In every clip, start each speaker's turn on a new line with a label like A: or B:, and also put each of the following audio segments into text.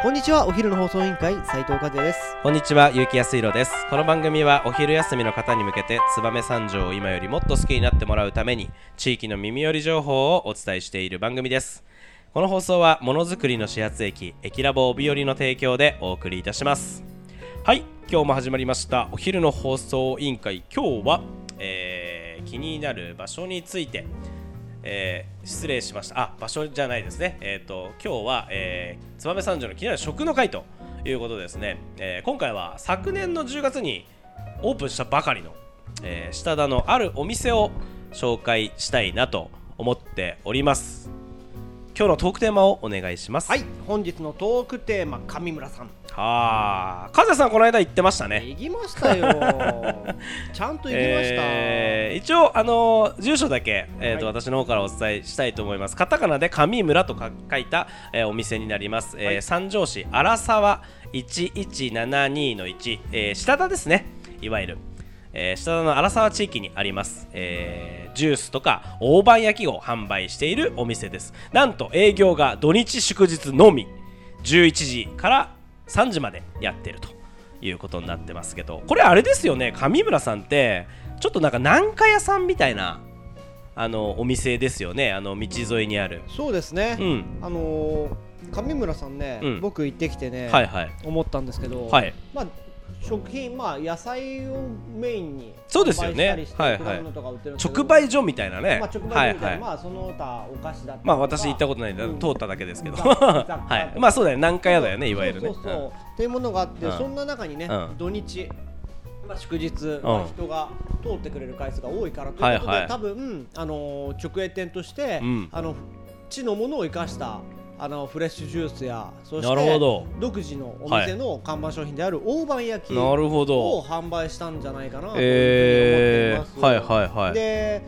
A: こんにちはお昼の放送委員会斉藤和也です
B: こんにちは、ゆうきやすいろです。この番組はお昼休みの方に向けて、燕三条を今よりもっと好きになってもらうために、地域の耳寄り情報をお伝えしている番組です。この放送は、ものづくりの始発駅、駅ラボ帯寄りの提供でお送りいたします。はい、今日も始まりました、お昼の放送委員会。今日は、えー気になる場所について、えー失礼しました。あ、場所じゃないですね。えっ、と、今日は、えー、燕三条の気になる食の会ということですね。えー今回は昨年の10月にオープンしたばかりの、えー下田のあるお店を紹介したいなと思っております。今日のトークテーマをお願いします。
A: はい。本日のトークテーマ上村さん
B: はあ、和也さんこの間言ってましたね。
A: 行きました よちゃんと行きました、
B: えー一応、あのー住所だけ、えーと
A: はい
B: 私の方からお伝えしたいと思いますカタカナで上村とか書いた、えーお店になります、えー
A: はい
B: 三条市荒沢1172の1、えー下田ですねいわゆる、えー下田の荒沢地域にあります、えージュースとか大判焼きを販売しているお店ですなんと営業が土日祝日のみ11時から3時までやってるということになってますけどこれあれですよね上村さんってちょっとなんか軟貨屋さんみたいなあのお店ですよねあの道沿いにある
A: そうですね、
B: うん
A: あのー上村さんね、
B: うん
A: 僕行ってきてね、
B: はいはい
A: 思ったんですけど、
B: はい
A: まあ食品まあ野菜をメインに
B: そうですよね
A: 販売した
B: はい
A: り
B: は
A: して
B: い
A: 果物とか売ってるんですけど
B: 直売所みたいなね
A: まあ直売所みた
B: はいい
A: な、
B: はい
A: まあその他お菓子だったりとか
B: まあ私行ったことないんで
A: うん
B: 通っただけですけど
A: ざっざっ
B: はいまあそうだよね軟貨屋だよねいわゆるね
A: そうそうそう、っていうものがあって、
B: うん
A: そんな中にね、
B: うん
A: 土日、まあ、祝日、まあ人が通ってくれる回数が多いからということで、
B: はいはい
A: 多分、あのー直営店として、
B: うん
A: あの地のものを生かしたあのフレッシュジュースやそし
B: なるほ
A: て
B: ど
A: 独自のお店の看板商品である大判焼き
B: うんな
A: を
B: るほど
A: 販売したんじゃないかなというふうに
B: え
A: 思っています。
B: ー、はいはいはい
A: で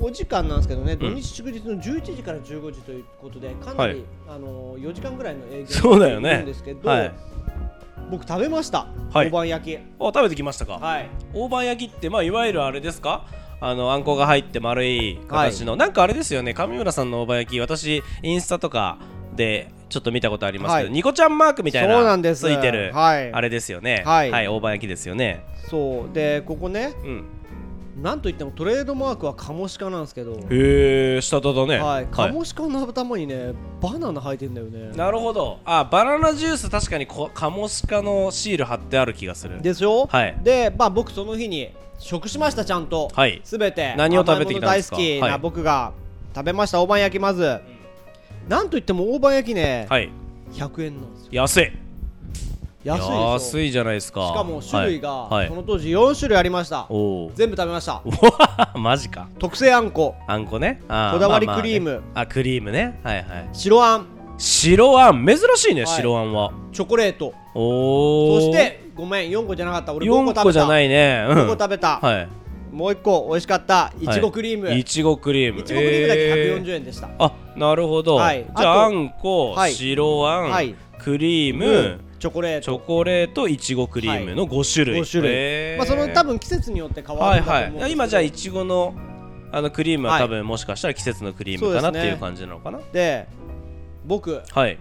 A: お時間なんですけどね、土日祝日の11時から15時ということで、かなり、
B: はい
A: あのー4時間ぐらいの営業
B: そうだよ
A: になって
B: ね
A: るんですけど、
B: はい
A: 僕食べました、
B: はい
A: おばん焼き。
B: お食べてきましたか
A: はい、
B: 大判焼きって、まあ、いわゆるあれですかあのあんこが入って丸い形の、なんかあれですよね上村さんの大判焼き私インスタとかでちょっと見たことありますけど、
A: はい
B: ニコちゃんマークみたいな
A: そうなんです
B: ついてる、
A: はい
B: あれですよね
A: はい
B: 大判焼きですよね
A: そうでここね
B: うん
A: なんといってもトレードマークはカモシカなんですけど、
B: へえ下田だね
A: はい、カモシカの頭にねバナナ生えてんだよね
B: なるほどあバナナジュース確かにこカモシカのシール貼ってある気がする
A: でしょ、
B: はい
A: で、まあ、僕その日に食しましたちゃんと
B: はい
A: すべ、て
B: 何を食べてきたんですか
A: 甘いもの大好き
B: は
A: ない僕が食べました大判焼きまず、なんといっても大判焼きね、
B: はい
A: 100円なんですよ
B: 安い
A: 安いでしょし
B: いじゃないですか
A: かも種類が、
B: はい
A: そ
B: は
A: の
B: い、
A: 当時4種類ありました
B: おお
A: 全部食べました
B: うわマジか
A: 特製あんこ
B: あんこねあ
A: こだわり
B: まあまあね
A: クリーム
B: あクリームねはいはい
A: 白あん
B: 白あん珍しいね、
A: はい
B: 白あんは
A: チョコレート
B: お
A: そし
B: お
A: てごめん4個じゃなかった俺5個食べ
B: 4
A: た
B: 個じゃないいねうん
A: 5個食べた、
B: はい
A: もう1個美味しかったい
B: はい
A: ちごクリーム、
B: い
A: いち
B: ちごクリーム
A: ごクリームだけ
B: えー
A: 140円でした、
B: あなるほど、
A: はい
B: じゃあ
A: あ
B: あ
A: と
B: んこ、
A: はい
B: 白あん、
A: はい
B: クリーム、
A: うんチョコレー
B: チョ
A: ト
B: コレートいちごクリームの5種類、
A: 5種類、
B: えー
A: まあ、その多分季節によって変わ
B: は
A: る
B: い
A: んだと思うんですけど、
B: はい今じゃあいちごのあのクリームは
A: はい
B: 多分、もしかしたら季節のクリームかな
A: そ
B: っ
A: う
B: て
A: ですね
B: いう感じなのかな
A: で僕
B: はい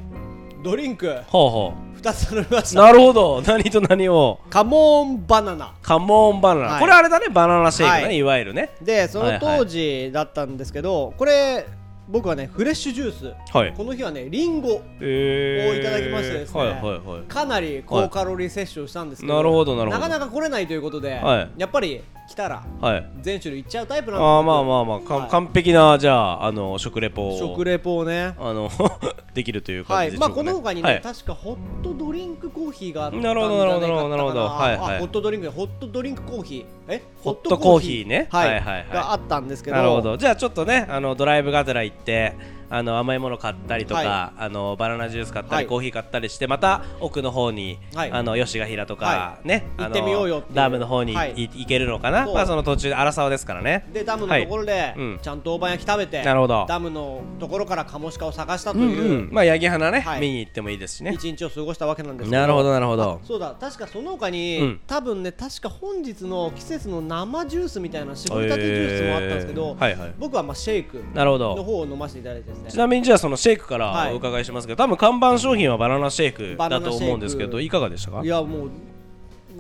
A: ドリンク
B: ほうほ
A: 2つ飲みまし
B: う
A: た
B: なるほど何と何を
A: カモンバナナ
B: カモンバナナ、
A: はい
B: これあれだねバナナシェイクね、
A: はい
B: い、わゆるね
A: でその当時だったんですけど、これ僕はねフレッシュジュース
B: はい
A: この日はねリンゴ
B: え
A: いただきましてですね
B: はいはいはい
A: かなり高カロリー摂取をしたんですけど、
B: はいなるほどなるほど
A: なかなか来れないということで、
B: はい
A: やっぱり来たら
B: はい
A: 全種類いっちゃうタイプなんですけど
B: ああまあまあまあ、か
A: はい
B: 完璧なじゃああの食レポを
A: 食レポをね
B: あの できるという
A: は
B: 感じ
A: い
B: でし
A: ま
B: ょ
A: あ
B: うか
A: こ
B: ね
A: の他にね、
B: はい
A: 確かホットドリンクコーヒーがあったんじゃ
B: な
A: な
B: る
A: い
B: ほ
A: か
B: どなるほ
A: ったかな
B: どなるほどはいはい
A: あホットドリンクホットドリンクコーヒーえ
B: ホットコーヒーね
A: はい、
B: はいはいはい
A: があったんですけど
B: なるほどじゃあちょっとねあのドライブがてら行ってあの甘いもの買ったりとか、
A: は
B: あのバナナジュース買ったり、
A: はい
B: コーヒー買ったりしてまた奥の方に、
A: はい
B: あの吉ヶ平とか、
A: は
B: ね
A: 行って
B: あの
A: みようよっていう
B: ダムの方に、
A: はい
B: い、行けるのかな
A: そう
B: まあその途中で荒沢ですからね
A: でダムのところで、
B: うん
A: ちゃんと大判焼き食べて
B: なるほど
A: ダムのところからカモシカを探したと
B: うん
A: いう
B: うんまあ八木花ね、
A: はい
B: 見に行ってもいいですしね
A: 一日を過ごしたわけなんですけど
B: なるほどなるほど
A: そうだ確かその他に、
B: うん
A: 多分ね確か本日の季節の生ジュースみたいな絞りたてジュースもあったんですけど、
B: えーはいはい
A: 僕はまあシェイク
B: なるほ
A: の
B: ど
A: 方を飲ませていただいてですんで
B: ちなみにじゃあそのシェイクから
A: はい
B: お伺いしますけど、多分看板商品はバナナシェイク
A: バナ
B: だ
A: ナシェ
B: と
A: イク
B: 思うんですけどいかがでしたか
A: いやもう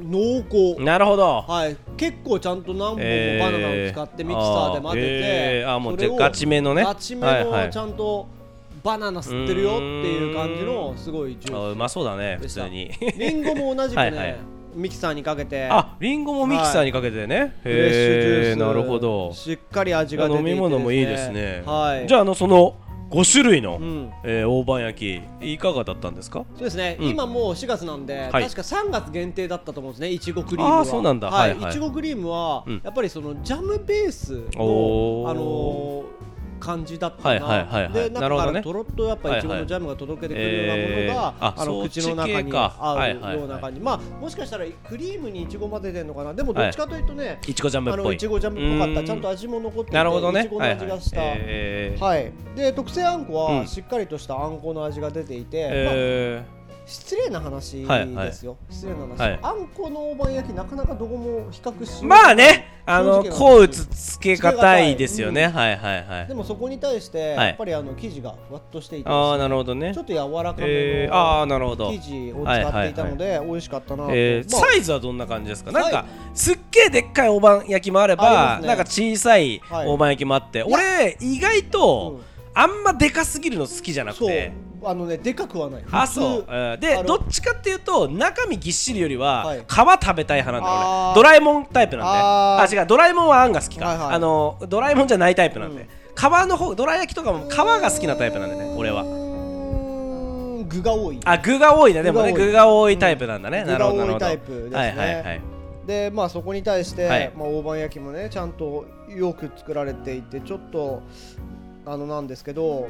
A: 濃厚
B: なるほど
A: はい結構ちゃんと何本も
B: えー
A: バナナを使ってミキサーで混ぜて、
B: えーあーもう
A: それを
B: じゃあガチめのね
A: ガチめ
B: はいはい
A: のちゃんとバナナ吸ってるよっていう感じのすごいジュ
B: あ
A: ー
B: うまそうだね普
A: でした
B: 通に
A: スリンゴも同じくね
B: はいはい
A: ミキサーにかけて
B: あリンゴもミキサーにかけてね、
A: フレッシュジュー
B: へ
A: ス
B: ーなるほど
A: しっかり味が出てい
B: 飲
A: てで
B: み
A: すね
B: 物もいいですね、
A: はい
B: じゃああのその5種類の、
A: うん
B: えー大判焼きいかがだったんですか
A: そうですね、
B: うん
A: 今もう4月なんで、
B: はい
A: 確か3月限定だったと思うんですね、いちごクリーム
B: あ
A: は。
B: ーそうなんだ
A: はい、
B: はいはい
A: いちごクリームは、
B: うん
A: やっぱりそのジャムベースの、
B: おー
A: あのー感じだったな、
B: はいはいはいはい
A: で、
B: な
A: 中
B: るほ
A: か
B: どね
A: らとろっとやっぱいちご
B: はいは
A: の
B: い
A: ジャムが届けてくるようなものが、
B: えーあ
A: あの
B: そっ
A: 口
B: ち
A: の中
B: 系
A: に
B: かはい
A: 合
B: はいはいう
A: ような感じ、まあ、もしかしたらクリームにいちご混ぜてるのかな、でもどっちかというとね、
B: いちごジャム
A: あ
B: っぽ
A: の
B: い
A: いちごジャムっぽかった、
B: うん
A: ちゃんと味も残ってて、
B: なるほどね
A: いちごの味がした。
B: は
A: はいい
B: はいえー
A: で特製あんこ
B: うん
A: はしっかりとしたあんこの味が出ていて、まあ
B: え
A: 失礼な話
B: はいはい
A: ですよ、失礼な話、
B: はい
A: あんこの大判焼きなかなかどこも比較し
B: ーまあね
A: 正
B: あの
A: 直な話
B: 甲打つつけがたいですよね、はいはいはい
A: でもそこに対して
B: はい
A: やっぱりあの生地がふわっとしていて、
B: ああなるほどね
A: ちょっと柔らかめ
B: えー、あ
A: の
B: あなるほど
A: 生地を使っていたので美味しかったなと、
B: えー
A: まあ
B: サイズはどんな感じですか、
A: サイ
B: なんかすっげえでっかい大判焼きもあれ
A: あ
B: ば
A: りますね
B: なんか小さい
A: はい
B: 大判焼きもあって、
A: いや
B: 俺意外と、あんまでかすぎるの好きじゃなく
A: そう
B: て
A: あのねでかくはない
B: あそう
A: 普、通
B: うんで
A: あの
B: どっちかっていうと中身ぎっしりよりは、
A: はい
B: 皮食べたい派なんだ
A: あ
B: 俺
A: ー
B: ドラえもんタイプなんであ
A: あー
B: 違うドラえもんはあんが好きか、
A: はいはい
B: あのドラえもんじゃないタイプなんで、
A: うん
B: 皮の方ドラ焼きとかも皮が好きなタイプなんでね俺は
A: うーん具が多い
B: あ具が多いねでもね
A: 具が多い
B: 具が多いタイプなんだね、
A: うん
B: なるほどなるほ
A: 具
B: ど
A: が多いタイプですね
B: はいはいはい
A: でまあそこに対して、
B: はい
A: まあ、大判焼きもねちゃんとよく作られていてちょっとあのなんですけど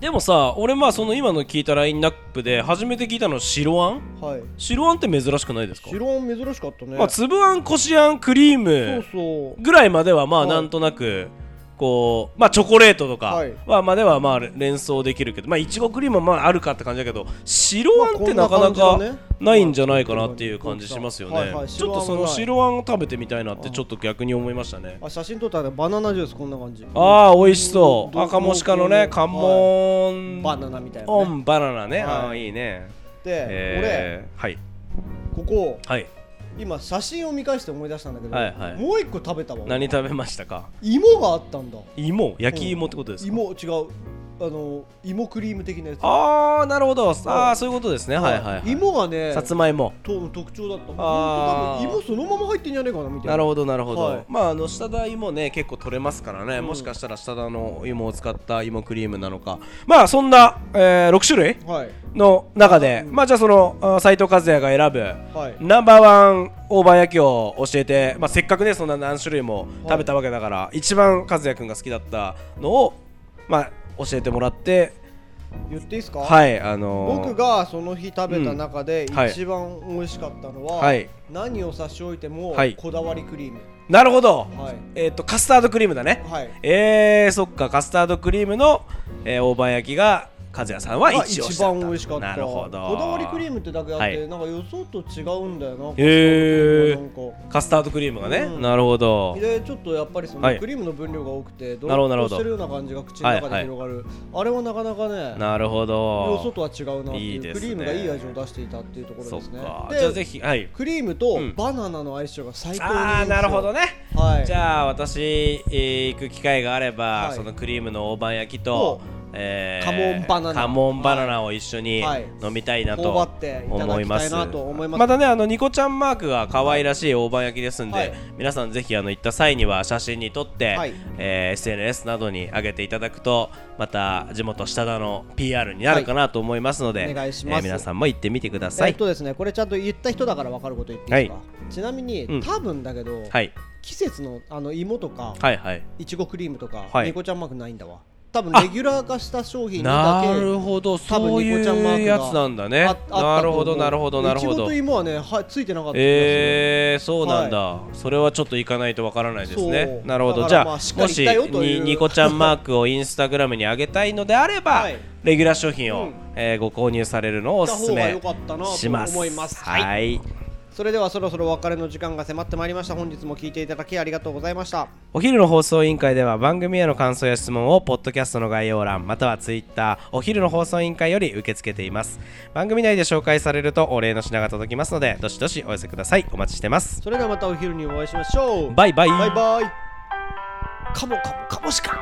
B: でもさ俺まあその今の聞いたラインナップで初めて聞いたの白あん
A: はい
B: 白あんって珍しくないですか、
A: 白あん珍しかったね、
B: まあ、粒あんこしあんクリー
A: そう
B: ム
A: そう
B: ぐらいまではまあ
A: はい
B: なんとなく、こうまあチョコレートとか
A: はい
B: はまではまあ連想できるけどまあいちごクリームはまああるかって感じだけど白あんってなかなかないんじゃないかなっていう感じしますよ
A: はいは
B: ね
A: い
B: ちょっとその白あんを食べてみたいなってちょっと逆に思いましたね
A: あ写真撮ったらバナナジュースこんな感じ
B: ああ美味しそう
A: ど
B: 赤もしかのね
A: ど
B: 関門
A: バナナみたいな、
B: オ
A: ね、
B: ンバナナね
A: はい
B: ああいいね
A: で、
B: えーはい
A: 俺ここ
B: はい
A: 今写真を見返して思い出したんだけど、
B: はいはい
A: もう一個食べたわ
B: 何食べましたか
A: 芋があったんだ
B: 芋焼き芋ってことですか
A: 芋違うあの芋クリーム的なやつ
B: ああなるほどああそういうことですね
A: は
B: はいいはいはい
A: 芋がね
B: さつまいも
A: と特徴だった
B: あ
A: ほ
B: ー
A: んと多分芋そのまま入ってんじゃねえかなみたいな
B: なるほどなるほど、
A: はい
B: まああの下田芋ね結構取れますからね、
A: うん
B: もしかしたら下田の芋を使った芋クリームなのかまあそんな、え6種類
A: はい
B: の中で、
A: うん
B: まあじゃあその斎藤和也が選ぶ
A: はい
B: ナンバーワン大判焼きを教えて、まあ、せっかくねそんな何種類も食べたわけだから、一番和也くんが好きだったのを、まあ、教えてもらって
A: 言っていいですか
B: はいあのー
A: 僕がその日食べた中で
B: うんはい
A: 一番美味しかったのは、
B: はい
A: 何を差し置いても
B: はい
A: こだわりクリーム
B: なるほど、
A: はい
B: えっ、とカスタードクリームだね
A: はい
B: えー、そっかカスタードクリームの、えー、大判焼きが和也さんは
A: が
B: 一押
A: 一
B: しだ
A: 番美味しかった
B: なる
A: こ
B: ほど
A: だわりクリームってだけあって、
B: はい
A: なんか予想と違うんだよな
B: へー
A: なんか
B: カスタードクリームがね、
A: うん
B: なるほど
A: でちょっとやっぱりそ
B: は
A: の
B: い
A: クリームの分量が多くてド
B: なるほど
A: ロ
B: な
A: ッと
B: るほど
A: してるような感じが口の中
B: は
A: で
B: いはい
A: 広がる、あれはなかなかね
B: なるほ
A: よそ
B: ど
A: とは違うなって
B: い
A: い
B: いうですね
A: クリームがいい味を出していたっていうところ
B: そっ
A: ですね
B: か
A: で
B: じゃあぜひはい
A: クリームと
B: うん
A: バナナの相性が最高にいいんですよ
B: ああなるほどね、
A: はい
B: じゃあ私、えー行く機会があれば、
A: はい
B: そのクリームの大判焼きと
A: を、
B: えー
A: カモンバナナ
B: カモンバナナを一緒に
A: はい
B: 飲みたいなと
A: 頬張っていた
B: 思
A: だ
B: い
A: き
B: ま
A: た
B: す
A: いなと思います
B: またねあのニコちゃんマークが可愛らしい大判焼きですんで、
A: はい
B: 皆さんぜひあの行った際には写真に撮って、
A: はい
B: えー SNS などに上げていただくとまた地元下田の PR になるかなと思いますので、
A: はいお願いします
B: えー皆さんも行ってみてくださ
A: え
B: い、
A: っとですねこれちゃんと言った人だから分かること言っていいですか、
B: は
A: ちなみに、
B: うん
A: 多分だけど、
B: はい、
A: 季節のあの芋とか、
B: はいはい
A: いちごクリームとか、
B: はい
A: ニコちゃんマークないんだわ多分
B: あ
A: レギュラー化した商品にだけ
B: なるほ
A: 多
B: ど
A: 分
B: そう
A: ニコちゃんマー
B: い
A: ク
B: う
A: が
B: やつなんだね
A: ああったと思う
B: なるほどなるほどなるほ
A: いちご
B: ど
A: と芋はねはついてなかった気がする
B: えー、そうなんだ、それはちょっと行かないとわからないですね
A: そう
B: なるほど
A: だ
B: じ
A: か
B: ゃあ
A: らまあ
B: も
A: しっかり行
B: し
A: ったよという
B: に ニコちゃんマークをインスタグラムに上げたいのであれば、
A: はい
B: レギュラー商品を、
A: うん
B: えーご購入されるのをお
A: 行った
B: すす
A: 方が
B: め
A: 良かったなと
B: します
A: 思います
B: はい
A: それではそろそろお別れの時間が迫ってまいりました本日も聞いていただきありがとうございました
B: お昼の放送委員会では番組への感想や質問をポッドキャストの概要欄またはツイッターお昼の放送委員会より受け付けています番組内で紹介されるとお礼の品が届きますのでどしどしお寄せくださいお待ちしてます
A: それではまたお昼にお会いしましょう
B: バイバイ
A: バイバイカモカモカモシカ